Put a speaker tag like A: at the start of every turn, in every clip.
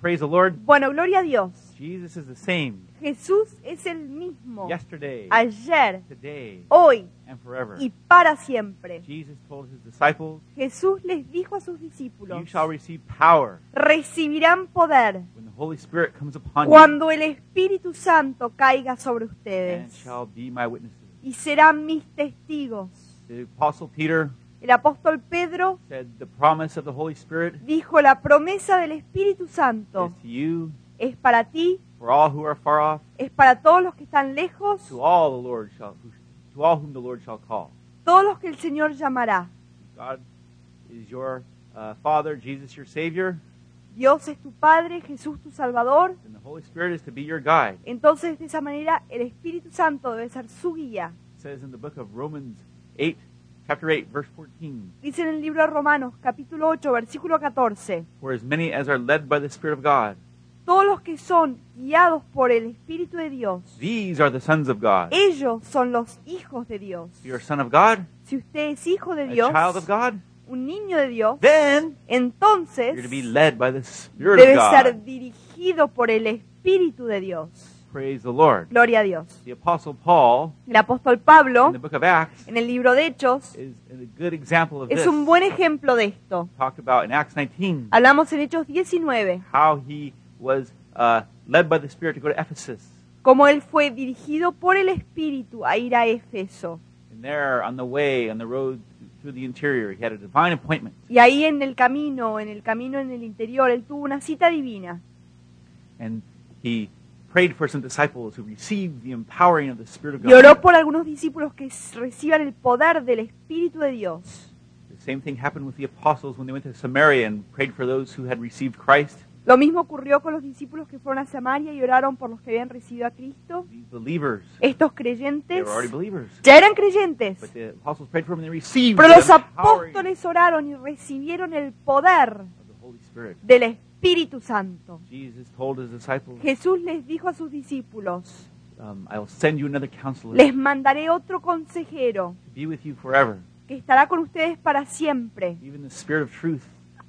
A: Praise the Lord.
B: Bueno, gloria a Dios.
A: Jesus is the same
B: Jesús es el mismo
A: yesterday,
B: ayer,
A: today,
B: hoy
A: and forever.
B: y para siempre.
A: Jesus told his disciples,
B: Jesús les dijo a sus
A: You
B: discípulos,
A: shall receive power
B: recibirán poder
A: when the Holy Spirit comes upon you
B: cuando el Espíritu Santo caiga sobre
A: and
B: ustedes
A: shall be my witnesses.
B: y serán mis testigos.
A: The Apostle Peter
B: El apóstol Pedro
A: said, The promise of the Holy Spirit
B: dijo, la promesa del Espíritu
A: is
B: Santo
A: to you,
B: es para ti,
A: for all who are far off,
B: es para todos los que están lejos,
A: to all the Lord shall, to all whom the Lord shall call.
B: todos los que el Señor llamará.
A: God is your uh, Father, Jesus your Savior,
B: Dios es tu Padre, Jesús tu Salvador.
A: and the Holy Spirit is to be your guide.
B: Entonces, de esa manera, el Espíritu Santo debe ser su guía.
A: It says in the book of Romans 8, chapter 8, verse 14,
B: Dice en el libro de Romanos, capítulo 8, versículo 14,
A: For as many as are led by the Spirit of God,
B: todos los que son guiados por el Espíritu de Dios,
A: these are the sons of God.
B: ellos son los hijos de Dios.
A: If you're a son of God,
B: Si usted es hijo de
A: a
B: Dios,
A: child of God,
B: un niño de Dios,
A: then
B: entonces
A: you're to be led by the Spirit of
B: debe ser
A: God.
B: dirigido por el Espíritu de Dios.
A: Praise the Lord.
B: Gloria a Dios.
A: The Apostle Paul
B: El apóstol Pablo,
A: in the book of Acts
B: en el libro de Hechos,
A: is a good example of
B: es
A: this.
B: un buen ejemplo de esto.
A: Talked about in Acts 19
B: Hablamos en Hechos 19,
A: how he was uh, led by the Spirit to go to Ephesus.
B: cómo él fue dirigido por el Espíritu a ir a Éfeso.
A: And there, on the way, on the road through the interior, he had a divine appointment.
B: Y ahí en el camino, en el camino en el interior, él tuvo una cita divina.
A: And he prayed for some disciples who received the empowering of the Spirit of
B: Y oró
A: God.
B: por algunos discípulos que s- reciban el poder del Espíritu de Dios.
A: The same thing happened with the apostles when they went to Samaria and prayed for those who had received Christ.
B: Lo mismo ocurrió con los discípulos que fueron a Samaria y oraron por los que habían recibido a Cristo.
A: These believers,
B: Estos
A: they
B: creyentes
A: were already believers.
B: ya eran creyentes,
A: But the apostles prayed for them and they received
B: pero
A: the
B: los
A: empowering of
B: apóstoles oraron y recibieron el poder
A: the Holy Spirit.
B: del Espíritu Santo.
A: Jesus told his disciples,
B: Jesús les dijo a sus discípulos,
A: um, I will send you another counselor
B: les mandaré otro consejero
A: to be with you forever,
B: que estará con ustedes para siempre,
A: even the Spirit of truth.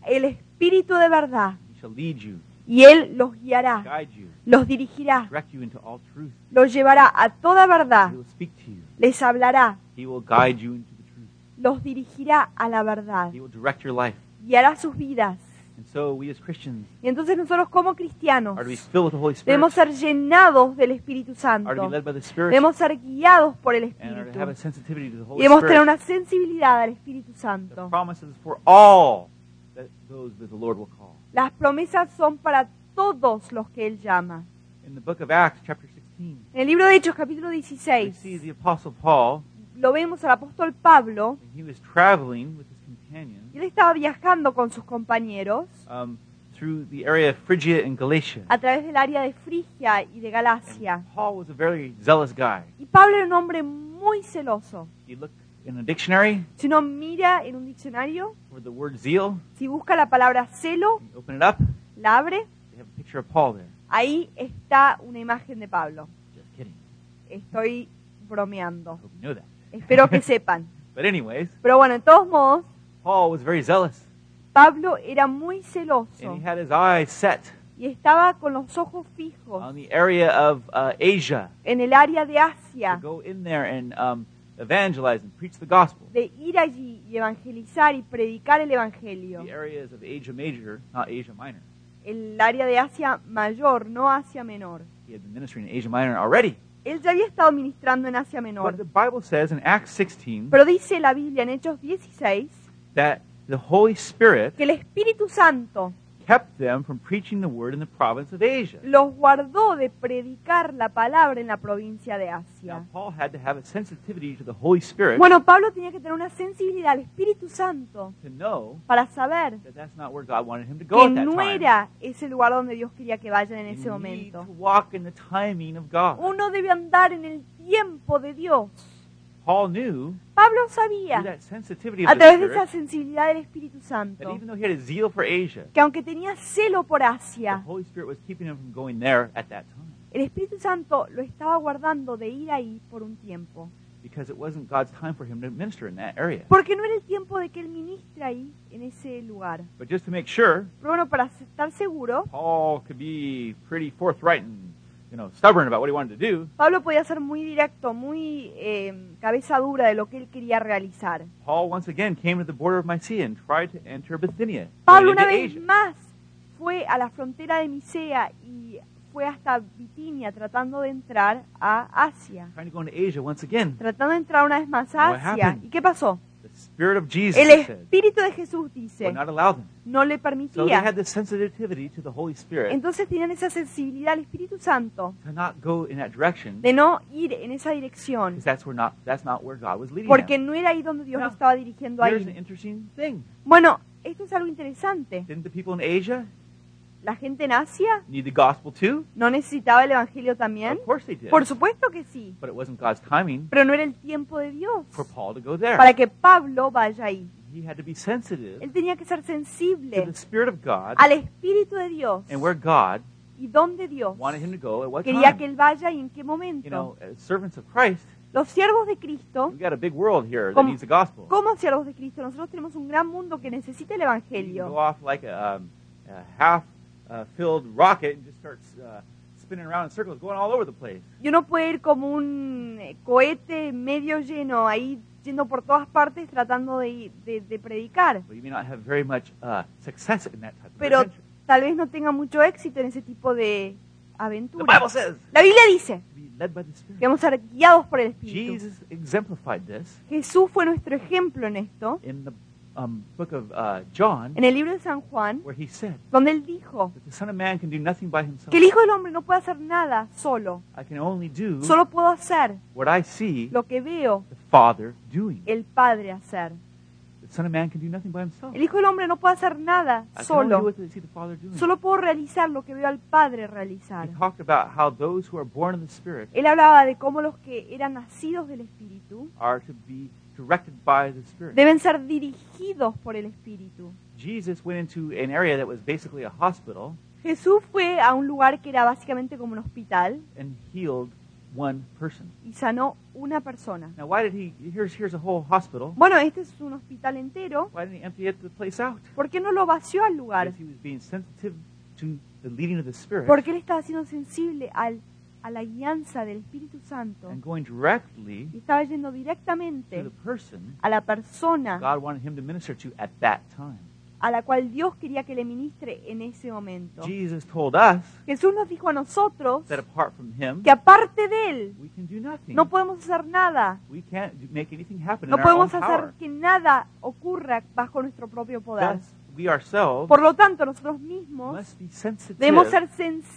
B: el Espíritu de verdad,
A: He shall lead you,
B: y Él los guiará,
A: guide you,
B: los dirigirá,
A: direct you into all truth.
B: los llevará a toda verdad,
A: He will speak to you.
B: les hablará,
A: He will guide you into the truth.
B: los dirigirá a la verdad,
A: He will direct your life.
B: guiará sus vidas.
A: And so we as Christians
B: Y entonces nosotros como cristianos
A: are to be filled with the Holy Spirit,
B: debemos ser llenados del Espíritu
A: are to be
B: Santo,
A: led by the Spirit,
B: debemos ser guiados por el
A: and are to have a
B: Espíritu,
A: sensitivity to the Holy
B: y debemos tener
A: Spirit.
B: una sensibilidad al Espíritu
A: The
B: Santo.
A: promises for all that those that the Lord will call.
B: Las promesas son para todos los que Él llama.
A: In the book of Acts, chapter 16,
B: En el libro de Hechos, capítulo
A: we see
B: 16,
A: the Apostle Paul,
B: lo vemos al apóstol Pablo,
A: when he was traveling with his companions
B: y él estaba viajando con sus compañeros
A: um, through the area of Phrygia and Galatia.
B: a través del área de Frigia y de Galacia.
A: And Paul was a very zealous guy.
B: Y Pablo era un hombre muy celoso.
A: You look in a dictionary
B: Si uno mira en un diccionario,
A: for the word zeal,
B: si busca la palabra celo,
A: you open it up,
B: la abre,
A: they have a picture of Paul there.
B: ahí está una imagen de Pablo.
A: Just kidding.
B: Estoy
A: I
B: bromeando.
A: hope you know that.
B: Espero que sepan.
A: But anyways,
B: Pero bueno, de todos modos,
A: Paul was very zealous,
B: Pablo era muy
A: and
B: celoso
A: he had his eyes set
B: y estaba con los ojos fijos
A: on the area of uh, Asia
B: en el área de
A: to
B: Asia.
A: go in there and um, evangelize and preach the gospel.
B: de ir allí y evangelizar y predicar el Evangelio.
A: The areas of Asia Major, not Asia Minor.
B: El área de Asia Mayor, no Asia Menor.
A: He had been ministering in Asia Minor already.
B: Él ya había estado ministrando en Asia
A: But the
B: Menor.
A: Bible says in Acts 16
B: Pero dice la Biblia en Hechos 16
A: that the Holy Spirit
B: que el Espíritu Santo
A: kept them from preaching the word in the province of Asia.
B: los guardó de predicar la palabra en la provincia de
A: Now,
B: Asia.
A: Paul had to have a sensitivity to the Holy Spirit
B: Bueno, Pablo tenía que tener una sensibilidad al Espíritu Santo
A: to know
B: para saber
A: that that's not where God wanted him to go
B: que
A: at that
B: no
A: time.
B: era ese lugar donde Dios quería que vayan en
A: You
B: ese
A: need to
B: momento.
A: walk in the timing of God.
B: Uno debe andar en el tiempo de Dios.
A: Paul knew
B: Pablo sabía
A: through that sensitivity
B: a
A: of the
B: través de esa
A: Spirit
B: sensibilidad del Espíritu
A: that
B: Santo,
A: even though he had a zeal for Asia,
B: que aunque tenía celo por
A: the
B: Asia,
A: Holy Spirit was keeping him from going there at that time.
B: el Espíritu Santo lo estaba guardando de ir ahí por un tiempo.
A: because it wasn't God's time for him to minister in that area.
B: Porque no era el tiempo de que él ministra ahí, en ese lugar.
A: But just to make sure,
B: Pero bueno, para estar seguro,
A: Paul could be pretty forthright and you know stubborn about what he wanted to do.
B: Pablo podía ser muy directo, muy eh, cabeza dura de lo que él quería realizar.
A: Paul once again came to the border of Mysia and tried to enter Bithynia,
B: Pablo
A: into
B: una vez
A: Asia.
B: más fue a la frontera de Misea y fue hasta Bitinia tratando de entrar a Asia.
A: trying to go into Asia once again.
B: Tratando de entrar una vez más a
A: What
B: Asia.
A: happened?
B: ¿Y qué pasó?
A: The Spirit of Jesus
B: El
A: it said,
B: Espíritu de Jesús dice,
A: would not allow them.
B: no le
A: So they had
B: permitía.
A: the sensitivity to the Holy Spirit
B: Entonces tenían esa sensibilidad al Espíritu Santo
A: to not go in that direction
B: de no ir en esa dirección,
A: because that's where not that's not where God was leading
B: porque
A: them.
B: no era ahí donde Dios lo estaba dirigiendo a
A: Here's an
B: ir.
A: interesting thing.
B: Bueno, esto es algo interesante.
A: Didn't the people in Asia
B: La gente en Asia
A: need the gospel too?
B: ¿No necesitaba el Evangelio también?
A: Of course they did.
B: Por supuesto que sí,
A: But it wasn't God's timing
B: pero no era el tiempo de Dios
A: for Paul to go there.
B: para que Pablo vaya ahí.
A: He had to be sensitive
B: Él tenía que ser
A: to
B: sensible
A: the Spirit of God
B: al Espíritu de Dios
A: and where God
B: y dónde Dios
A: wanted him to go at what
B: quería
A: time.
B: que él vaya y en qué
A: You
B: momento.
A: know, as servants of Christ,
B: Los siervos de Cristo,
A: we've got a big world here that
B: Como-
A: needs the gospel.
B: como siervos de Cristo, nosotros tenemos un gran mundo que necesita el
A: You can go
B: Evangelio.
A: off like a, um, a half-filled rocket and just start uh, spinning around in circles, going all over the place.
B: Yo no puedo ir como un eh, cohete medio lleno ahí yendo por todas partes tratando de, ir- de- de predicar,
A: But you may not have very much uh, success in that type of
B: pero
A: adventure.
B: tal vez no tenga mucho éxito en ese tipo de
A: The
B: aventuras.
A: Bible says
B: La Biblia dice
A: to be led by the
B: que
A: Spirit.
B: vamos a ser guiados por el Espíritu.
A: Jesus exemplified this
B: Jesús fue nuestro ejemplo en esto,
A: in the um, book of uh, John,
B: en el libro de San Juan,
A: where he said
B: donde él dijo
A: that the Son of Man can do nothing by himself.
B: que el Hijo del Hombre no puede hacer nada solo,
A: I can only do
B: solo puedo hacer
A: what I see
B: lo que veo
A: the Father doing.
B: el Padre hacer.
A: The Son of Man can do nothing by himself.
B: El Hijo del Hombre no puede hacer nada
A: I can only do
B: solo,
A: what I see the Father doing.
B: solo puedo realizar lo que veo al Padre realizar.
A: He talked about how those who are born of the Spirit
B: Él hablaba de cómo los que eran nacidos del Espíritu
A: are to be directed by the Spirit.
B: deben ser dirigidos por el Espíritu.
A: Jesus went into an area that was basically a hospital
B: Jesús fue a un lugar que era básicamente como un hospital
A: and healed one person.
B: y sanó una persona.
A: Now, why did he? Here's here's a whole hospital.
B: Bueno, este es un hospital entero.
A: Why didn't he empty it, the place out?
B: ¿Por qué no lo vació al lugar?
A: Because he was being sensitive to the leading of the Spirit
B: Porque él estaba siendo sensible al, a la guianza del Espíritu Santo
A: and going directly
B: y estaba yendo
A: to the
B: directamente
A: person
B: a la persona
A: God wanted him to minister to at that time.
B: a la cual Dios quería que le ministre en ese momento.
A: Jesus told us
B: Jesús nos dijo a nosotros
A: that apart from him,
B: que aparte de él
A: we can do nothing.
B: no podemos hacer nada,
A: We can't do- make anything happen
B: no
A: in our own
B: podemos
A: power.
B: hacer que nada ocurra bajo nuestro propio poder.
A: Thus, we ourselves
B: Por lo tanto, nosotros mismos
A: must be sensitive
B: debemos ser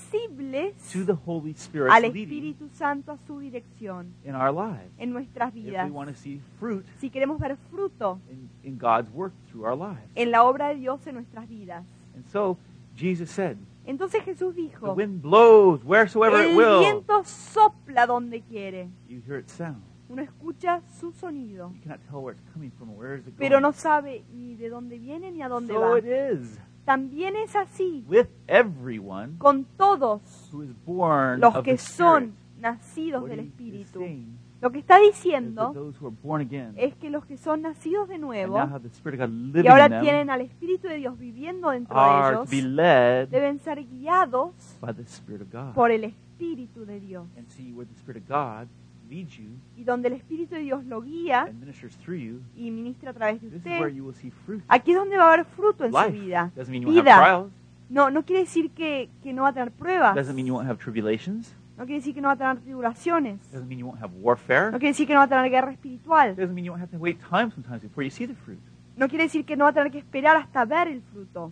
B: sensibles
A: to the Holy Spirit's
B: al
A: leading
B: Espíritu Santo a su dirección
A: in our lives.
B: en nuestras
A: If
B: vidas.
A: we want to see fruit
B: Si queremos ver fruto
A: in, in God's work through our lives.
B: en la obra de Dios en nuestras vidas.
A: And so, Jesus said,
B: Entonces Jesús
A: The
B: dijo,
A: wind blows wheresoever it
B: el
A: will.
B: viento sopla donde quiere.
A: You hear its sound.
B: Uno escucha su sonido,
A: You cannot tell where it's coming from or where is it going.
B: pero no sabe ni de dónde viene ni a dónde
A: so
B: va.
A: it is
B: También es así
A: with everyone
B: con todos
A: who is born
B: los
A: of
B: que
A: the Spirit.
B: son nacidos
A: What
B: del
A: he is
B: Espíritu.
A: saying
B: Lo que está
A: is that
B: diciendo
A: those who are born again
B: es que los que son nacidos de
A: and
B: nuevo
A: now have the Spirit of God
B: y
A: living in
B: ahora
A: them
B: tienen al Espíritu de Dios viviendo dentro de
A: are to be
B: ellos,
A: led
B: deben ser guiados
A: by the Spirit of God
B: por el Espíritu de Dios.
A: and see where the Spirit of God leads you
B: Y donde el Espíritu de Dios lo guía
A: and ministers through you.
B: y ministra a través de
A: This is where
B: Ah. usted,
A: you will see fruit.
B: aquí es donde va a haber fruto en su
A: Life
B: vida.
A: doesn't mean you won't have
B: Vida. Ah.
A: trials.
B: No, no quiere decir que, que no va a tener pruebas,
A: Doesn't mean you won't have tribulations.
B: no quiere decir que no va a tener tribulaciones, no
A: Doesn't mean you won't have warfare.
B: quiere decir que no va a tener guerra espiritual,
A: Doesn't mean you won't have to wait time sometimes before you see the fruit.
B: no quiere decir que no va a tener que esperar hasta ver el fruto.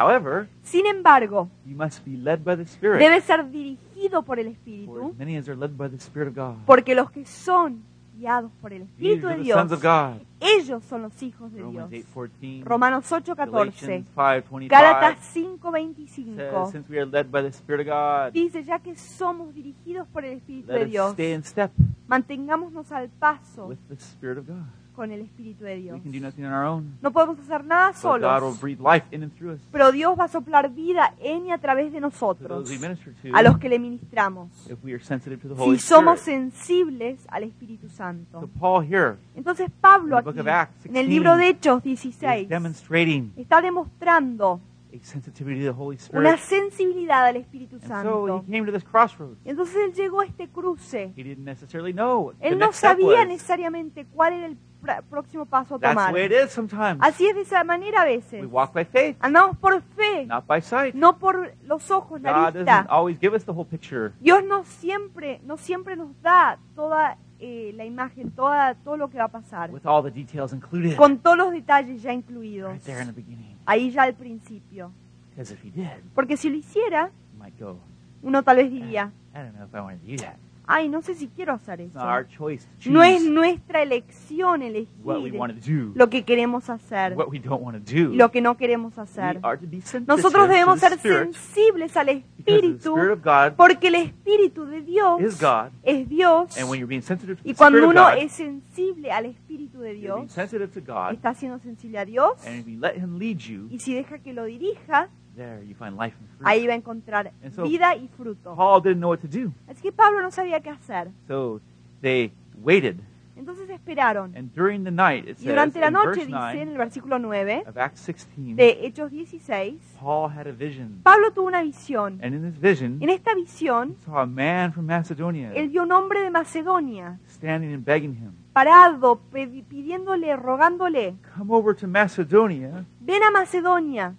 A: However,
B: Sin embargo,
A: you must be led by the Spirit.
B: debe ser dirigido por el
A: For
B: Espíritu,
A: as many as are led by the Spirit of God.
B: porque los que son guiados por el
A: These
B: Espíritu
A: are
B: de
A: the
B: Dios,
A: sons of God.
B: ellos son los hijos de Dios.
A: Romans 8:14.
B: Romanos 8:14,
A: Galatians 5:25.
B: Gálatas
A: says,
B: 5:25.
A: Since we are led by the Spirit of God,
B: Dice, ya que somos dirigidos por el Espíritu de
A: let us
B: Dios,
A: stay in step
B: mantengámonos al paso
A: with the Spirit of God.
B: con el Espíritu de Dios.
A: We can do nothing on our own.
B: No podemos hacer nada
A: But God will
B: solos,
A: breathe life in and through us.
B: pero Dios va a soplar vida en y a través de
A: To those
B: nosotros,
A: we minister
B: a los
A: to,
B: que le ministramos,
A: if we are sensitive to the Holy
B: si somos
A: Spirit.
B: sensibles al Espíritu
A: So
B: Santo.
A: Paul here
B: Entonces
A: in
B: Pablo
A: the
B: aquí,
A: book of Acts
B: en el libro de
A: 16
B: Hechos
A: is
B: 16,
A: demonstrating
B: está demostrando
A: a sensitivity to the Holy
B: una
A: Spirit.
B: sensibilidad al Espíritu
A: And so
B: Santo.
A: he came to this crossroads.
B: Y Entonces él llegó a este cruce.
A: He didn't necessarily know what the
B: Él no
A: next step
B: sabía
A: was.
B: necesariamente cuál era el pr- próximo paso a
A: That's the
B: tomar.
A: way it is sometimes.
B: Así es de esa manera a veces.
A: We walk by faith,
B: Andamos por fe,
A: not by sight.
B: no por los ojos, la
A: God doesn't
B: vista.
A: always give us the whole picture.
B: Dios no siempre, no siempre nos da toda eh, la imagen, toda, todo lo que va a pasar,
A: with all the details included
B: con todos los detalles ya incluidos,
A: right there in the beginning.
B: ahí ya al principio.
A: Because if he did, you
B: Porque si lo hiciera,
A: might go,
B: uno tal vez diría,
A: I don't know if I want to do that.
B: ay, no sé si quiero hacer
A: It's
B: eso.
A: not our choice to choose
B: No es nuestra elección
A: what we
B: elegir
A: want to do,
B: lo que queremos hacer,
A: what we don't want to do.
B: y lo que no queremos hacer.
A: we are to be sensitive
B: Nosotros debemos
A: to the
B: ser
A: Spirit
B: sensibles al
A: because the
B: Espíritu,
A: Spirit of God
B: porque el Espíritu de Dios
A: is God.
B: es Dios.
A: And when you're being sensitive to
B: Y
A: the Spirit
B: cuando
A: of
B: uno
A: God,
B: es sensible al Espíritu de
A: you're being
B: Dios,
A: sensitive to God,
B: está siendo sensible a Dios,
A: and if you let him lead you,
B: y si deja que lo dirija,
A: there you find life and fruit.
B: ahí va a encontrar
A: And so-
B: vida y fruto.
A: Paul didn't know what to do,
B: Así que Pablo no sabía qué hacer.
A: so they waited.
B: Entonces esperaron.
A: And during the night, it
B: Y
A: says
B: durante la
A: in
B: noche,
A: verse
B: dice en
A: 9
B: el versículo 9
A: of Acts 16,
B: de Hechos 16,
A: Paul had a vision.
B: Pablo tuvo una visión.
A: And in this vision,
B: En esta visión,
A: he saw a man from Macedonia
B: él vio un hombre de Macedonia
A: standing and begging him,
B: parado, pedi- pidiéndole, rogándole,
A: Come over to Macedonia
B: ven a Macedonia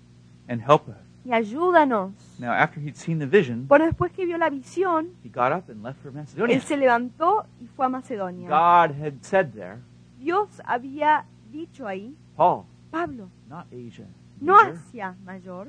A: and help us.
B: y ayúdanos.
A: Now, after he'd seen the vision,
B: Bueno, después que vio la visión,
A: he got up and left for Macedonia.
B: él se levantó y fue a Macedonia.
A: God had said there,
B: Dios había dicho ahí,
A: Paul,
B: Pablo,
A: not Asia,
B: no
A: Major,
B: Asia Mayor,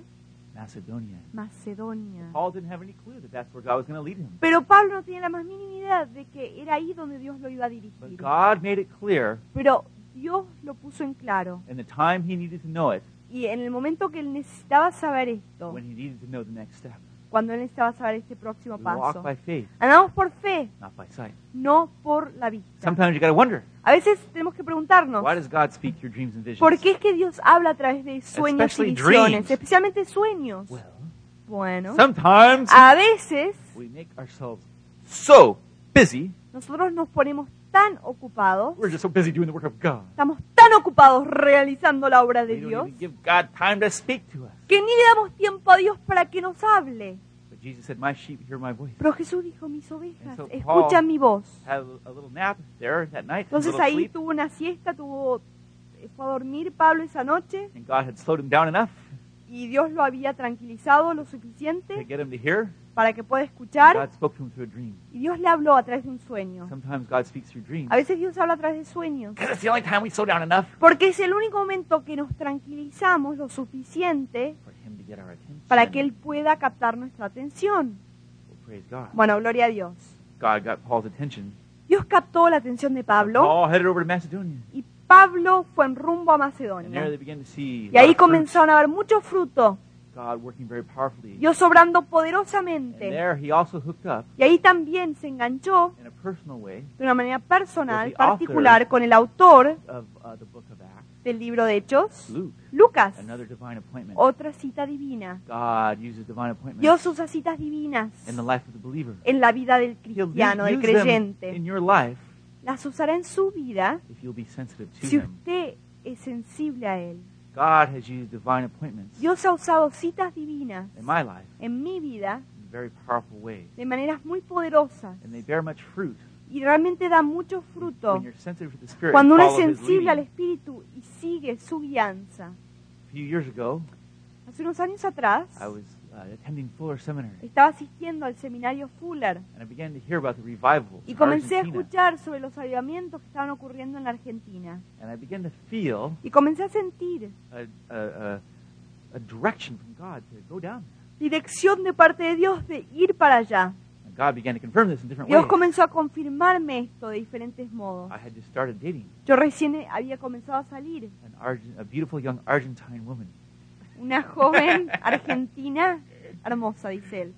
A: Macedonia.
B: Macedonia.
A: Paul didn't have any clue that that's where God was going to lead him.
B: Pero Pablo no tenía la más mínima idea de que era ahí donde Dios lo iba a
A: But
B: dirigir.
A: God made it clear
B: Pero Dios lo puso en claro.
A: in the time he needed to know it,
B: Y en el momento que él necesitaba saber esto,
A: when he needed to know the next step.
B: cuando él necesitaba saber este próximo
A: We walk
B: paso,
A: by faith,
B: andamos por fe,
A: not by sight.
B: no por la vista.
A: Sometimes you got to wonder,
B: A veces tenemos que preguntarnos,
A: why does God speak through dreams and visions?
B: ¿por qué es que Dios habla a través de sueños y
A: Especially
B: visiones?
A: dreams.
B: Especialmente sueños.
A: Well,
B: Bueno,
A: sometimes
B: a veces
A: We make ourselves so busy.
B: nosotros nos ponemos tan ocupados,
A: We're just so busy doing the work of God.
B: estamos tan ocupados realizando la obra de
A: We don't
B: Dios,
A: even give God time to speak to us.
B: que ni le damos tiempo a Dios para que nos hable.
A: But Jesus said, "My sheep hear my voice."
B: Pero Jesús dijo, mis ovejas,
A: And so
B: escuchan
A: Paul-
B: mi voz.
A: Had a little nap there that night, a
B: Entonces
A: little
B: ahí
A: sleep,
B: tuvo una siesta, tuvo, eh, fue a dormir Pablo esa noche
A: and God had slowed him down enough
B: y Dios lo había tranquilizado lo
A: to
B: suficiente
A: get him to hear.
B: para que pueda
A: And
B: escuchar.
A: God spoke to him through a dream.
B: Y Dios le habló a través de un sueño.
A: Sometimes God speaks through dreams
B: A veces Dios habla a través de sueños.
A: because it's the only time we slow down enough
B: Porque es el único momento que nos tranquilizamos lo suficiente
A: for Him to get our attention.
B: para que Él pueda captar nuestra atención.
A: Well, praise God.
B: Bueno, gloria a Dios.
A: God got Paul's attention.
B: Dios captó la atención de Pablo
A: Paul headed over to Macedonia,
B: y Pablo fue en rumbo a
A: and there
B: Macedonia.
A: they began to see
B: Y ahí
A: a lot of fruit.
B: comenzaron a ver mucho fruto,
A: God working very powerfully.
B: Dios obrando
A: And
B: poderosamente.
A: there he also hooked up
B: Y ahí también se enganchó
A: in a personal way
B: de una manera personal,
A: With the author.
B: particular, con el autor
A: of uh, the book of Acts,
B: del libro de Hechos,
A: Luke,
B: Lucas.
A: another divine appointment.
B: Otra cita divina.
A: God uses divine appointments
B: Dios usa citas divinas
A: in the life of the believer.
B: en la vida del
A: He'll u-
B: cristiano, del
A: use them
B: creyente.
A: in your life
B: Las usará en su vida
A: if you'll be sensitive to
B: si
A: Him.
B: usted es sensible a Él.
A: God has used divine appointments
B: Dios ha usado citas divinas
A: in my life
B: en mi vida
A: in very powerful ways,
B: de maneras muy poderosas
A: and they bear much fruit.
B: y realmente da mucho fruto
A: When you're sensitive to the Spirit,
B: cuando uno es
A: follow His
B: sensible al
A: leading.
B: Espíritu y sigue su guianza.
A: A few years ago,
B: Hace unos años atrás
A: I was uh, attending Fuller Seminary,
B: estaba asistiendo al seminario Fuller
A: and I began to hear about the revival
B: y
A: in
B: comencé a
A: Argentina,
B: escuchar sobre los avivamientos que estaban ocurriendo en la Argentina.
A: and I began to feel
B: Y comencé a sentir
A: a, a, a, a direction from God to go down.
B: dirección de parte de Dios de ir para allá.
A: And God began to confirm this in different
B: Dios
A: ways.
B: comenzó a confirmarme esto de diferentes modos.
A: I had just started dating
B: Yo recién había comenzado a salir.
A: an Argent, a beautiful young Argentine woman
B: Una joven argentina hermosa, dice él,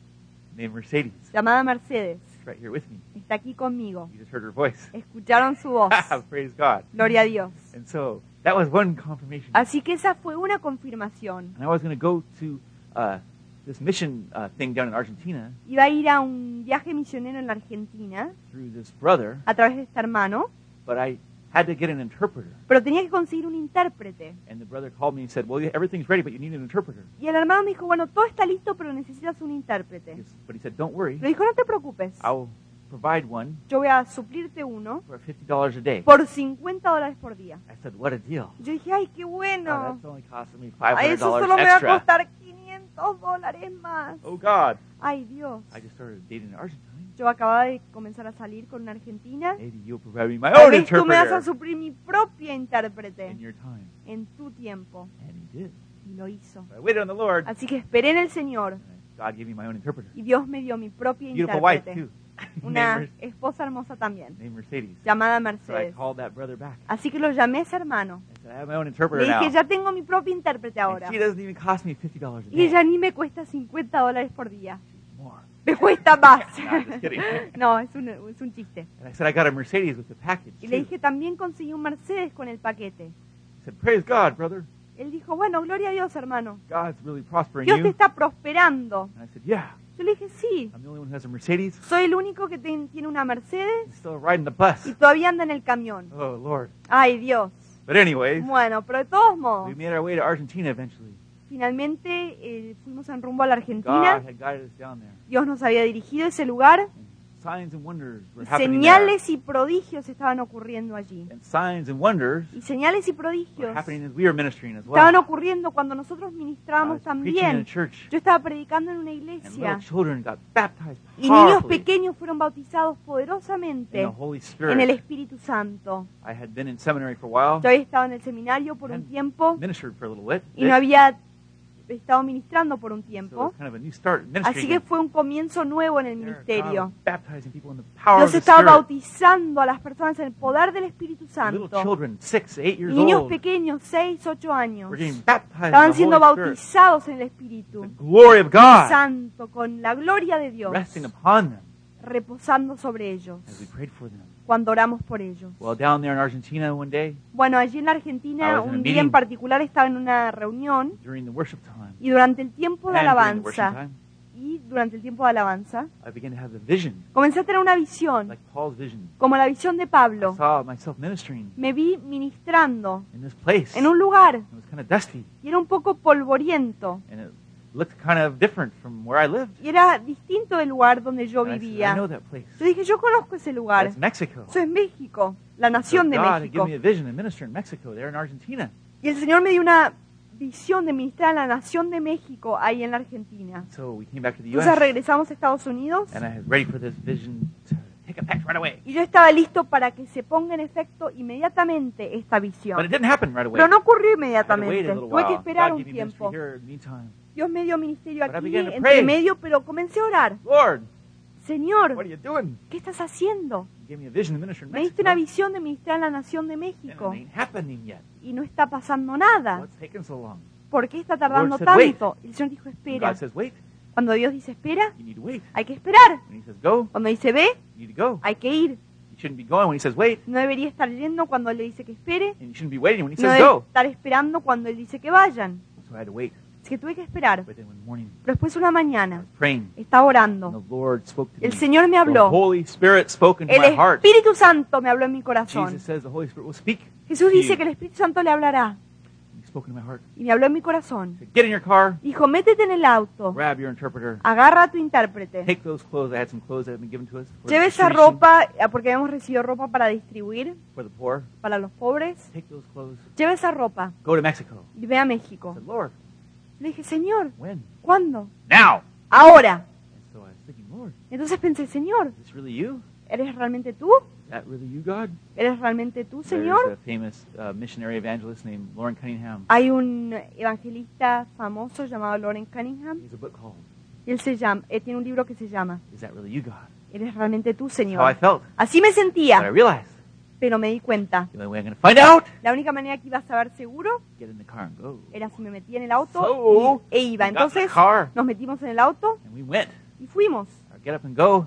A: named Mercedes.
B: llamada Mercedes.
A: She's right here with me.
B: Está aquí conmigo.
A: You just heard her voice.
B: Escucharon su voz.
A: Praise God.
B: Gloria a Dios.
A: And so that was one confirmation.
B: Así que esa fue una confirmación.
A: And I was going to go to uh, this mission uh, thing down in Argentina
B: Iba a ir a un viaje misionero en la Argentina
A: through this brother,
B: a través de este hermano,
A: but I had to get an interpreter.
B: pero tenía que conseguir un intérprete.
A: And the brother called me and said, Well, everything's ready, but you need an interpreter.
B: Y el hermano me dijo, bueno, todo está listo, pero necesitas un intérprete.
A: Yes, But he said, Don't worry,
B: Le dijo, no te preocupes,
A: I'll provide one
B: yo voy a suplirte uno
A: for $50 a day.
B: por 50 dólares por día.
A: I said, What a deal.
B: Yo dije, ay, qué
A: Oh,
B: bueno.
A: Ah, that's only costing me
B: A
A: $500
B: eso solo me va a
A: extra.
B: costar 500 dólares más.
A: Oh, God.
B: Ay, Dios.
A: I just started dating an Argentine.
B: Yo acababa de comenzar a salir con una argentina.
A: Maybe you'll provide me my
B: Tal
A: own
B: vez tú me vas a
A: interpreter
B: suplir mi propia intérprete
A: in your time.
B: en tu tiempo.
A: And he did.
B: Y lo hizo.
A: But I waited on the Lord.
B: Así que esperé en el Señor
A: and God gave me my own interpreter.
B: y Dios me dio mi propia
A: Beautiful wife,
B: intérprete.
A: too.
B: Una
A: named,
B: esposa hermosa también,
A: Mer- named Mercedes.
B: llamada
A: So I
B: Mercedes.
A: called that brother back.
B: Así que lo llamé a ese hermano.
A: I said, I have my own
B: Le
A: interpreter now.
B: dije, ya tengo mi propio intérprete ahora.
A: And she doesn't even cost me $50 a
B: Y
A: day.
B: ella ni me cuesta 50 dólares por día.
A: More.
B: Me cuesta más.
A: No, I'm just kidding.
B: No, es un, es un chiste.
A: And I said, I got a Mercedes with the package.
B: Y
A: too."
B: le dije, también conseguí un Mercedes con el paquete.
A: I said, Praise God, brother.
B: Él dijo, bueno, gloria a Dios, hermano.
A: God's really prospering
B: Dios
A: you.
B: te está prosperando.
A: And I said, Yeah.
B: Yo le dije, sí,
A: I'm the only one who has a Mercedes.
B: soy el único que ten- tiene una Mercedes
A: I'm still riding the bus.
B: y todavía anda en el camión.
A: Oh, Lord.
B: Ay, Dios.
A: But, anyways,
B: Bueno, pero de todos
A: we
B: modos,
A: made our way to Argentina eventually.
B: finalmente eh, fuimos en rumbo a la
A: God
B: Argentina.
A: had guided us down there.
B: Dios nos había dirigido a ese lugar.
A: Signs and wonders were
B: Y
A: happening there.
B: señales y prodigios estaban ocurriendo allí.
A: And signs and wonders
B: Y señales y
A: were
B: prodigios
A: happening as we were ministering as well.
B: estaban ocurriendo cuando nosotros
A: I was
B: ministrábamos
A: preaching in a
B: también.
A: church,
B: Yo estaba predicando en una
A: and little
B: iglesia
A: children got baptized
B: y niños
A: powerfully
B: pequeños fueron bautizados
A: in
B: poderosamente
A: the Holy
B: en
A: Spirit.
B: el Espíritu Santo.
A: I had been in seminary for a while,
B: Yo había estado en el seminario por un
A: And-
B: tiempo
A: ministered for a little bit,
B: y no había estado ministrando por
A: so
B: un
A: it was
B: tiempo.
A: kind of a new start in ministry.
B: Así que
A: again.
B: fue un comienzo nuevo en el
A: There, God was
B: ministerio.
A: baptizing people in the power of
B: Dios
A: the
B: estaba
A: Spirit.
B: bautizando a las personas en el poder del Espíritu
A: Little
B: Santo.
A: children, six, eight
B: Y
A: years
B: Niños
A: old,
B: pequeños, 6, 8 años,
A: were getting baptized
B: estaban
A: in
B: siendo
A: the Holy Spirit.
B: bautizados en el
A: The
B: Espíritu
A: glory of God
B: Santo, con la gloria de Dios,
A: resting upon them
B: reposando sobre ellos
A: as we prayed for them.
B: cuando oramos por ellos.
A: Well, down there in Argentina one day,
B: Bueno, allí en la
A: I
B: Argentina,
A: was in a
B: un día
A: meeting.
B: en particular estaba en una reunión
A: during the worship time,
B: y durante el tiempo de
A: and during the worship
B: alabanza,
A: time,
B: y durante el tiempo de alabanza,
A: I began to have the vision,
B: comencé a tener una visión,
A: like Paul's vision.
B: como la visión de
A: I
B: Pablo.
A: saw myself ministering
B: Me vi ministrando
A: in this place.
B: en un lugar
A: It was kind of dusty,
B: y era un poco polvoriento
A: and it looked kind of different from where I lived.
B: y era distinto del lugar donde yo
A: And I, said, I
B: vivía.
A: know that place.
B: Yo dije, yo conozco ese lugar.
A: That's Mexico.
B: Eso es México, la
A: So
B: nación de
A: God had
B: México.
A: given me a vision to minister in Mexico, there in Argentina.
B: Y el Señor me dio una visión de ministrar a la nación de México ahí en la Argentina.
A: So we came back to the
B: Entonces
A: U.S.
B: regresamos a Estados Unidos
A: and I was ready for this vision to take effect right away.
B: y yo estaba listo para que se ponga en efecto inmediatamente esta
A: But it
B: visión.
A: didn't happen right away.
B: Pero no ocurrió
A: I had to wait
B: inmediatamente.
A: a little
B: Tuve
A: while.
B: que esperar
A: God
B: un
A: gave me ministry
B: tiempo.
A: here in the meantime.
B: Dios me dio ministerio
A: But I
B: aquí,
A: began to
B: entre
A: pray.
B: medio, pero comencé a orar.
A: Lord, what
B: Señor,
A: are you doing?
B: ¿qué estás haciendo?
A: He gave me a vision to minister in
B: Me diste una
A: Mexico.
B: visión de ministrar a la nación de
A: And
B: México
A: it ain't happening yet.
B: y no está pasando nada.
A: What's taking so long?
B: ¿Por qué está tardando
A: The Lord said,
B: tanto? Y el Señor dijo,
A: And
B: espera.
A: God says, wait.
B: Cuando Dios dice, espera,
A: You need to wait.
B: hay que esperar.
A: When he says, go,
B: Cuando dice, ve,
A: you need to go.
B: hay que ir.
A: You shouldn't be going when he says, wait.
B: No debería estar yendo cuando le dice que espere.
A: And you shouldn't be waiting when he
B: No
A: says,
B: debe
A: go.
B: estar esperando cuando él dice que vayan.
A: So I had to wait.
B: Así que tuve que esperar.
A: But then one morning,
B: Pero después una
A: I
B: mañana
A: was praying.
B: estaba
A: And
B: orando.
A: the Lord spoke to me.
B: El Señor me
A: The
B: habló.
A: Holy Spirit spoke into
B: El
A: my heart.
B: Espíritu Santo me habló en mi corazón.
A: Jesus says the Holy Spirit will speak.
B: Jesús
A: Sí.
B: dice que el Espíritu Santo le hablará.
A: He spoke into my heart.
B: Y me habló en mi
A: He
B: corazón.
A: said, get in your car.
B: Dijo, métete en el auto.
A: Grab your interpreter.
B: Agarra a tu intérprete.
A: Take those clothes. I had some clothes that had been given to us. for
B: Lleve esa
A: distribution
B: ropa, eh, porque habíamos recibido ropa para distribuir,
A: For the poor.
B: para los pobres.
A: Take those clothes.
B: Lleve esa ropa
A: Go to Mexico.
B: y ve a
A: I
B: México.
A: said, Lord,
B: Le dije, Señor,
A: when?
B: ¿cuándo?
A: Now.
B: Ahora.
A: And so I was thinking, Lord,
B: Entonces pensé, Señor,
A: is this really you?
B: ¿eres realmente tú?
A: Is that really you, God?
B: ¿Eres realmente tú,
A: There's
B: Señor?
A: a famous uh, missionary evangelist named Lauren Cunningham.
B: Hay un evangelista famoso llamado Loren Cunningham.
A: He has a book called
B: Y él se llama, eh, tiene un libro que se llama
A: Is That Really You, God?
B: ¿Eres realmente tú,
A: That's how I
B: Señor?
A: felt.
B: Así me
A: But I
B: sentía,
A: realized
B: pero me di cuenta.
A: the only way I'm going to find out,
B: La única manera que iba a saber seguro
A: get in the car and go.
B: era si me metía en el auto
A: So,
B: y- e
A: we
B: iba.
A: got in the
B: Entonces
A: car
B: nos metimos en el auto
A: and we went.
B: y fuimos.
A: Our get up and go.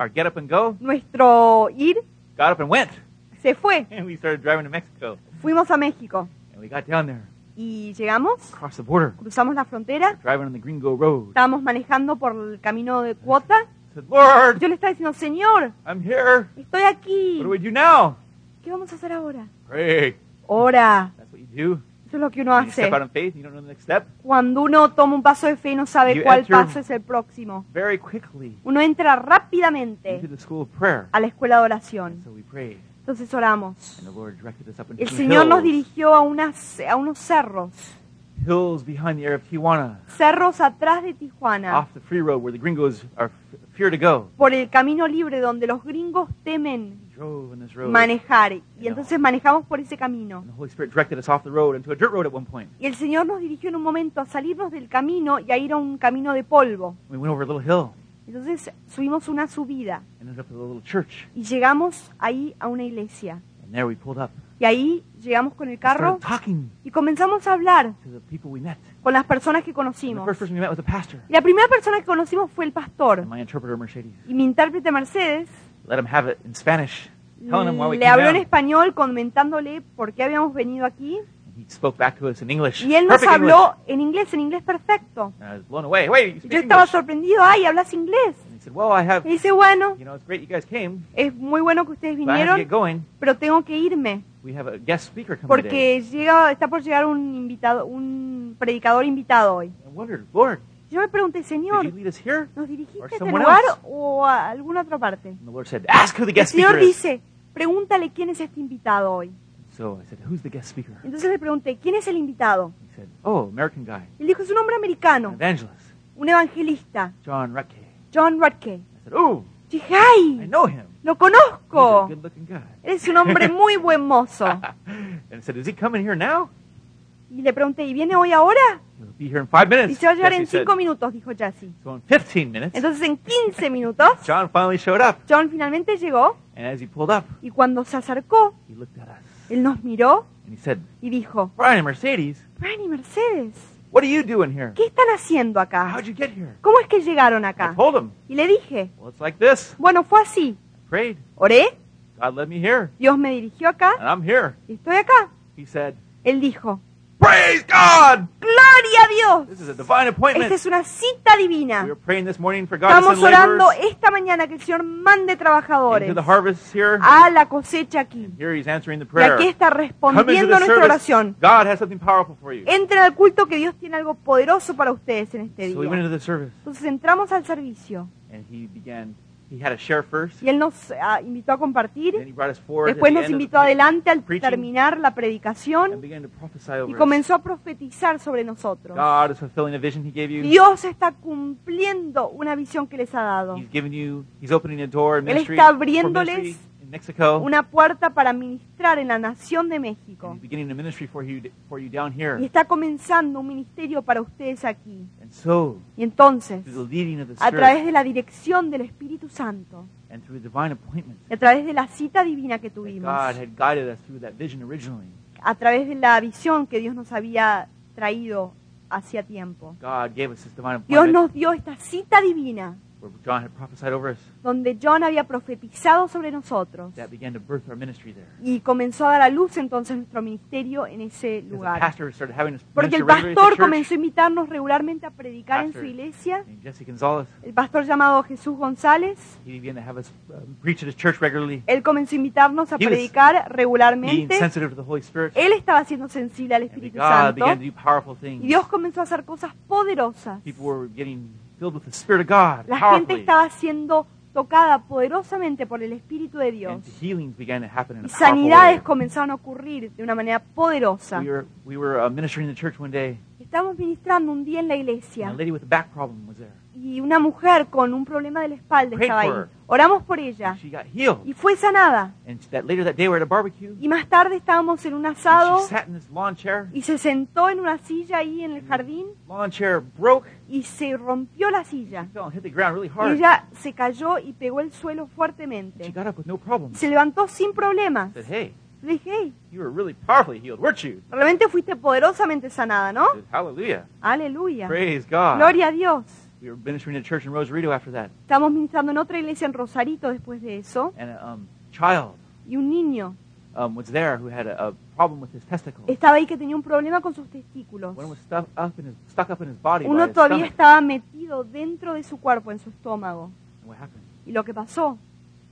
A: our get up and go,
B: Nuestro ir
A: got up and went.
B: se fue.
A: And we started driving to Mexico.
B: Fuimos a México
A: And we got down there,
B: y llegamos,
A: across the border,
B: cruzamos la frontera,
A: driving on the Gringo Road.
B: estábamos manejando por el camino de cuota.
A: said, Lord,
B: Yo le estaba diciendo, Señor,
A: I'm here.
B: estoy aquí.
A: What do we do now?
B: ¿Qué vamos a hacer ahora?
A: Pray.
B: Ora.
A: That's what you do.
B: Eso es lo que uno
A: You
B: hace.
A: step out in faith, you don't know the next step.
B: Cuando uno toma un paso de fe y no sabe
A: You
B: cuál
A: enter-
B: paso es el próximo.
A: Very quickly
B: Uno entra
A: into
B: rápidamente
A: the school of prayer.
B: a la escuela de oración.
A: So we prayed,
B: Entonces oramos.
A: and the Lord directed us up into
B: El
A: some
B: Señor nos
A: hills,
B: dirigió a, unas, a unos cerros.
A: hills behind the area of Tijuana,
B: Cerros atrás de Tijuana.
A: off the free road where the gringos are f- fear to go.
B: Por el camino libre donde los gringos temen
A: We drove on this road,
B: manejar. Y entonces manejamos por ese camino.
A: and the Holy Spirit directed us off the road into a dirt road at one point.
B: Y el Señor nos dirigió en un momento a salirnos del camino y a ir a un camino de polvo.
A: We went over a little hill
B: Entonces subimos una subida
A: and ended up at a little church,
B: y llegamos ahí a una iglesia.
A: and there we pulled up.
B: Y ahí llegamos con el
A: We
B: carro
A: started talking
B: y comenzamos a hablar
A: to the people we met.
B: con las personas que
A: And the
B: conocimos.
A: first person we met was a pastor,
B: Y la primera persona que conocimos fue el pastor.
A: and my interpreter Mercedes.
B: Y mi intérprete Mercedes
A: Let him have it in Spanish, telling him why we
B: le
A: came
B: habló en
A: down.
B: español comentándole por qué habíamos venido aquí.
A: And He spoke back to us in English.
B: Y él nos
A: Perfect English.
B: habló en inglés, en inglés perfecto.
A: And I was blown away. Wait, you
B: Y
A: speak
B: Yo estaba
A: English?
B: sorprendido, ay, hablas inglés.
A: And he said, Well, I have.
B: Me dice, bueno,
A: You know, it's great you guys came.
B: es muy bueno que ustedes
A: But I have to get
B: vinieron,
A: going.
B: pero tengo que irme.
A: We have a guest speaker coming today.
B: Porque llega, está por llegar un invitado, un predicador invitado hoy.
A: I wondered, Lord,
B: Yo me pregunté,
A: did you
B: Señor,
A: lead us here?
B: ¿nos dirigiste
A: Or
B: a este
A: someone
B: lugar
A: else.
B: o a alguna otra parte?
A: And the Lord said, Ask who the
B: El
A: guest
B: Señor
A: speaker is.
B: dice, pregúntale quién es este invitado hoy.
A: So I said, Who's the guest speaker? He
B: Entonces le pregunté, ¿quién es el invitado?
A: said, Oh, American guy,
B: Él dijo, es un hombre
A: an
B: americano,
A: evangelist,
B: un evangelista,
A: John Rutke.
B: John Rutke.
A: I said, Oh,
B: Dije,
A: I
B: ¡ay!
A: know him.
B: ¡Lo
A: He's a
B: conozco!
A: good looking guy.
B: Eres un hombre muy buen mozo.
A: and I said, Is he coming here now?
B: Y le pregunté, ¿y viene hoy ahora?
A: He'll be here in five minutes.
B: Y se va a llegar
A: Jesse
B: en
A: said.
B: cinco minutos, dijo Jesse.
A: So in 15 minutes,
B: Entonces en 15 minutos,
A: John finally showed up.
B: John finalmente llegó
A: And as he pulled up,
B: y cuando se acercó,
A: he looked at us
B: él nos miró
A: and he said,
B: y dijo,
A: Brian and Mercedes,
B: Brian y Mercedes,
A: what are you doing here?
B: ¿qué están haciendo acá?
A: How'd you get here?
B: ¿Cómo es que llegaron
A: I
B: acá?
A: told him,
B: Y le dije,
A: Well, it's like this.
B: bueno, fue así.
A: I prayed.
B: Oré,
A: God led me here,
B: Dios me dirigió acá
A: and I'm here.
B: y estoy acá.
A: He said,
B: Él dijo,
A: Praise God!
B: Gloria a Dios.
A: This is a divine
B: Esta
A: appointment.
B: es una cita
A: We
B: divina.
A: were praying this morning for God to
B: Estamos
A: send laborers
B: orando esta mañana que el Señor mande
A: into
B: trabajadores
A: the harvest here.
B: a la cosecha aquí.
A: Here he's answering the
B: Ah. Y
A: prayer.
B: aquí está
A: Come into
B: respondiendo
A: the
B: a nuestra
A: service.
B: oración.
A: God has something powerful for you.
B: Entren al culto que Dios tiene algo poderoso para ustedes en este
A: So we went
B: día.
A: into the service,
B: Entonces entramos al servicio
A: and he began. He had a share first,
B: y Él nos ah, invitó a
A: then
B: compartir.
A: he brought us forward. at
B: Después
A: the
B: nos
A: end of the
B: invitó adelante al
A: preaching,
B: terminar la
A: and
B: predicación
A: began to prophesy over
B: y
A: us.
B: comenzó a profetizar sobre nosotros.
A: God is fulfilling a vision he gave you.
B: Dios está cumpliendo una visión que les ha dado.
A: He's giving you, he's opening a door in
B: Él
A: ministry,
B: está
A: for
B: abriéndoles
A: ministry in Mexico.
B: Una puerta para ministrar en la nación de
A: And
B: México.
A: he's beginning a ministry for you, for you down
B: Y
A: here.
B: está comenzando un ministerio para ustedes aquí.
A: And so,
B: Y entonces,
A: through the leading of the
B: a
A: Spirit
B: través de la dirección del Espíritu Santo,
A: and through a divine appointment,
B: y a través de la cita divina que
A: that
B: tuvimos,
A: God had guided us through that vision originally,
B: a través de la visión que Dios nos había traído hacía tiempo.
A: God gave us this divine
B: Dios
A: appointment
B: nos dio esta cita divina
A: where John had prophesied over us
B: donde John había profetizado sobre nosotros
A: that began to birth our ministry there.
B: y comenzó a dar a luz entonces nuestro ministerio en ese
A: Because the
B: lugar.
A: pastor started having us
B: Porque
A: minister
B: el
A: regularly
B: pastor
A: at the church,
B: comenzó a invitarnos regularmente a predicar en su
A: Pastor.
B: iglesia.
A: and Jesse Gonzalez,
B: El pastor llamado Jesús González,
A: he began to have us um, preach at his church regularly,
B: él comenzó a invitarnos a
A: He was
B: predicar
A: being
B: regularmente.
A: sensitive to the Holy Spirit.
B: Él estaba siendo sensible al
A: And
B: Espíritu
A: God
B: Santo
A: began to do powerful
B: y
A: things.
B: Dios comenzó a hacer cosas poderosas.
A: People were getting filled with the Spirit of God
B: La gente
A: powerfully.
B: estaba siendo tocada poderosamente por el Espíritu de Dios
A: And healings began to happen in
B: y
A: a powerful way.
B: sanidades comenzaron a ocurrir de una manera poderosa.
A: We were, we were uh, ministering in the church one day,
B: Estábamos ministrando un día en la
A: and
B: iglesia
A: a lady with a back problem was there.
B: y una mujer con un problema de la espalda
A: Prayed
B: estaba ahí.
A: for her.
B: Oramos por ella
A: She got healed.
B: y fue sanada.
A: And that later that day, we are at a barbecue. and
B: Y más tarde estábamos en un
A: she
B: asado
A: sat Mm-hmm. in this lawn chair.
B: y se sentó en una silla ahí en el jardín
A: Lawn chair broke.
B: y se rompió la
A: She
B: silla.
A: fell and hit the ground really hard.
B: Ella se cayó y pegó el suelo
A: And she
B: fuertemente.
A: got up with no problem.
B: Se levantó sin problemas.
A: said, "Hey,
B: Le dije, "Hey,
A: you were really powerfully healed, weren't you?"
B: realmente fuiste poderosamente sanada, ¿no?
A: I said, Hallelujah.
B: Aleluya.
A: Praise God.
B: Gloria a Dios.
A: we were ministering to church in Rosarito after that.
B: Estábamos ministrando en otra iglesia en Rosarito después de eso.
A: And a um, child
B: Y un niño
A: um, was there who had a, a problem with his testicles.
B: estaba ahí que tenía un problema con sus testículos.
A: One was stuck up in his, stuck up in his body. by
B: Uno
A: his
B: todavía
A: stomach.
B: estaba metido dentro de su cuerpo, en su estómago.
A: And what happened?
B: Y lo que pasó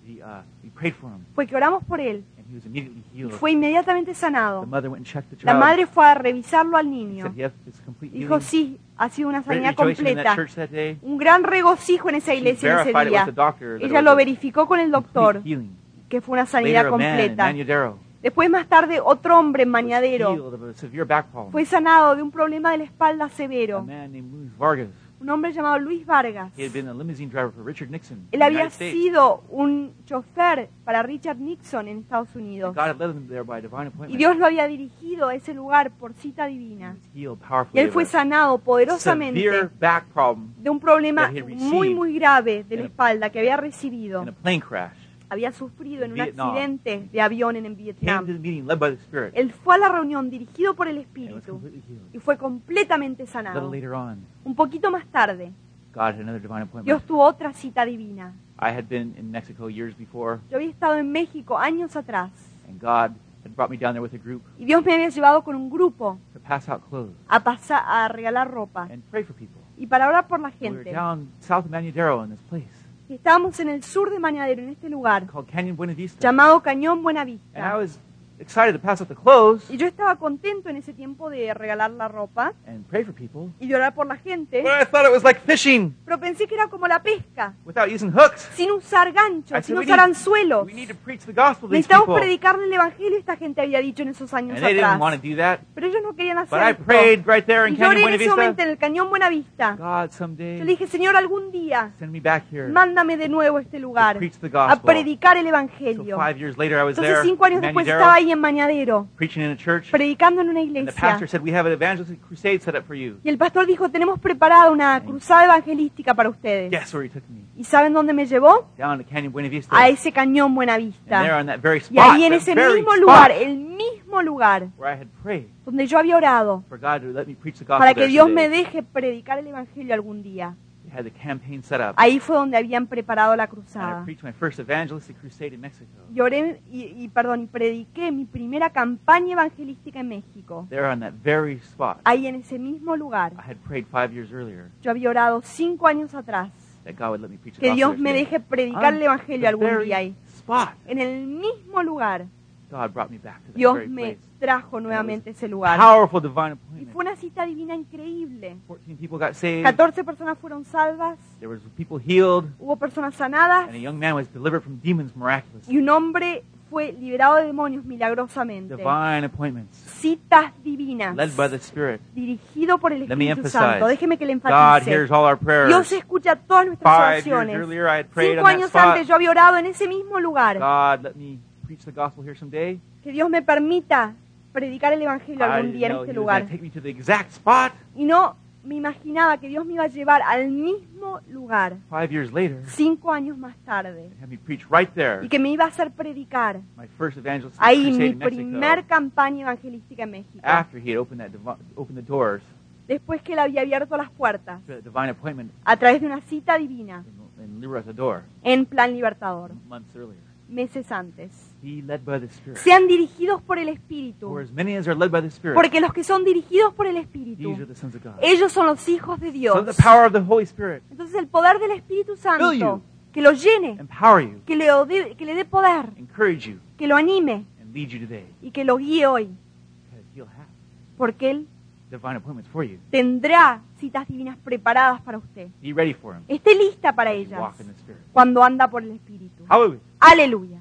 A: He, uh, we prayed for him,
B: fue que oramos por él
A: and he was immediately
B: y
A: healed.
B: fue inmediatamente
A: The
B: sanado.
A: mother went and checked the
B: La
A: child.
B: madre fue a revisarlo al
A: She
B: niño.
A: said, "Yes, it's complete
B: Dijo,
A: healing."
B: sí, ha sido una
A: Great
B: sanidad
A: rejoicing in that
B: completa.
A: church that day.
B: Un gran regocijo en esa
A: She
B: iglesia en ese
A: verified it with
B: día.
A: the doctor that
B: Ella
A: it
B: lo
A: was a
B: verificó con el doctor,
A: complete healing.
B: que fue una
A: Later,
B: sanidad
A: a man in
B: completa.
A: Manadero
B: Después, más tarde, otro hombre en
A: was
B: Mañadero
A: healed of a severe back problem.
B: fue sanado de un problema de la espalda
A: A
B: severo.
A: man named Luis Vargas.
B: Un hombre llamado Luis Vargas.
A: He had been a limousine driver for Richard Nixon. in
B: Él
A: the
B: había
A: United States.
B: sido un chofer para Richard Nixon en Estados Unidos.
A: God had led him there by divine
B: Y
A: appointment.
B: Dios lo había dirigido a ese lugar por
A: He
B: cita
A: was
B: divina.
A: healed
B: Y
A: powerfully
B: él fue
A: of a
B: sanado
A: severe
B: poderosamente
A: back problem
B: de un problema
A: that he received
B: muy, muy grave de
A: in
B: la
A: a-
B: espalda que había recibido.
A: in a plane crash.
B: Había sufrido en
A: in
B: un
A: Vietnam.
B: accidente de avión en en
A: Came to
B: Vietnam.
A: the meeting led by the Spirit
B: Él fue a la reunión dirigido por el
A: and was
B: Espíritu
A: completely healed.
B: y fue completamente
A: A little
B: sanado.
A: later on,
B: Un poquito más tarde,
A: God had another divine appointment.
B: Dios tuvo otra cita divina.
A: I had been in Mexico years before,
B: Yo había estado en México años atrás
A: and God had brought me down there with a group
B: y Dios me había llevado con un grupo
A: to pass out clothes
B: a pasar a regalar ropa
A: and pray for people.
B: y para orar por la
A: We were
B: gente.
A: down south of Manadero in this place
B: Y Estábamos en el sur de Mañadero, en este lugar
A: called Canyon Buena Vista.
B: llamado Cañón
A: And I
B: Buenavista.
A: was excited to pass out the clothes
B: Y yo estaba contento en ese tiempo de regalar la ropa
A: and pray for people.
B: y de orar por la gente,
A: But I thought it was like fishing
B: pero pensé que era como la pesca,
A: without using hooks.
B: sin usar
A: I
B: ganchos,
A: said,
B: sin
A: we
B: usar
A: need-
B: anzuelos.
A: We need to preach the gospel to these
B: Necesitamos
A: people.
B: predicarle el evangelio, esta gente había dicho en esos años
A: And they didn't want
B: atrás.
A: to do that.
B: Pero ellos no querían
A: But I
B: hacer esto.
A: prayed right there in
B: Y yo
A: Canyon
B: oré en
A: Buena
B: ese momento
A: Vista.
B: en el Cañón Buenavista.
A: God,
B: Yo
A: someday
B: le dije, Señor, algún día,
A: send me back here
B: mándame de nuevo a este
A: to
B: lugar
A: preach the
B: a
A: gospel.
B: predicar el
A: So
B: evangelio.
A: five years later, I was
B: Entonces
A: there,
B: cinco años
A: in
B: después
A: Manadero,
B: estaba ahí en Mañadero,
A: preaching in a church,
B: predicando en una
A: and the
B: iglesia.
A: pastor said, "We have an evangelistic crusade set up for you."
B: Y el pastor dijo, tenemos preparada una cruzada evangelística para ustedes.
A: Guess where he took me?
B: ¿Y saben dónde me llevó?
A: Down to Canyon Buena Vista.
B: A ese cañón
A: and there
B: Buenavista.
A: on that very
B: Y
A: spot,
B: ahí en
A: that
B: ese
A: very
B: mismo
A: spot
B: lugar, eh, el mismo lugar
A: where I had prayed
B: donde yo había orado
A: for God to let me preach the gospel
B: para que
A: there
B: Dios
A: someday,
B: me deje predicar el evangelio algún día.
A: they had the campaign set up.
B: Ahí fue donde habían preparado la
A: and I
B: cruzada.
A: preached my first evangelistic crusade in Mexico.
B: Y oré y, y, perdón, y prediqué mi primera campaña evangelística en México.
A: There on that very spot,
B: Ahí en ese mismo lugar.
A: I had prayed five years earlier
B: Yo había orado cinco años atrás
A: that God would let me preach the
B: que
A: gospel
B: Dios me
A: there someday.
B: deje predicar el evangelio
A: The
B: algún
A: Ah, very
B: día ahí.
A: spot,
B: En el mismo lugar
A: God brought me back to that
B: Dios
A: very
B: me
A: place.
B: trajo nuevamente a ese lugar.
A: Powerful divine
B: Y
A: appointment.
B: fue una cita divina increíble.
A: 14 people got saved.
B: 14 personas fueron salvas,
A: There was people healed,
B: hubo personas sanadas
A: and a young man was delivered from demons miraculously.
B: y un hombre fue liberado de demonios milagrosamente.
A: Divine appointments,
B: Citas divinas,
A: led by the Spirit.
B: dirigido por el
A: Let me
B: Espíritu
A: emphasize.
B: Santo. Déjeme que le
A: God
B: enfatice.
A: hears all our prayers.
B: Dios escucha todas nuestras
A: Five years
B: oraciones.
A: earlier, I had prayed
B: Cinco
A: on that
B: años
A: spot.
B: antes yo había orado en ese mismo lugar.
A: God, let me preach the gospel here someday.
B: Que Dios me permita predicar el Evangelio
A: I
B: algún
A: didn't
B: día en
A: know
B: este
A: He was going
B: lugar.
A: to take me to the exact spot.
B: Y no me imaginaba que Dios me iba a llevar al mismo lugar
A: Five years later,
B: cinco años más tarde
A: and have me preach right there.
B: y que me iba a hacer predicar
A: My first evangelistic
B: ahí mi
A: crusade in
B: primer
A: Mexico.
B: campaña evangelística en México.
A: After he had opened that divi- opened the doors
B: Después que él había abierto las puertas
A: to the divine appointment
B: a través de una cita divina
A: in, in Libertador
B: en plan libertador,
A: months earlier.
B: meses antes.
A: Be led by the Spirit.
B: Sean dirigidos por el
A: For
B: Espíritu,
A: as many as are led by the Spirit,
B: porque los que son dirigidos por el
A: these are
B: Espíritu,
A: the sons of God.
B: ellos son los hijos de
A: So
B: Dios.
A: the power of the Holy Spirit
B: Entonces el poder del Espíritu Santo, que lo llene,
A: empower you,
B: que le ode- que le dé poder,
A: encourage you,
B: que lo anime
A: and lead you today.
B: y que lo guíe hoy,
A: Because he'll have
B: porque Él
A: divine appointments for you.
B: tendrá citas divinas preparadas para usted.
A: Be ready for him.
B: Esté lista para
A: as you
B: ellas
A: walk in the Spirit.
B: cuando anda por el Espíritu.
A: Hallelujah.
B: Aleluya.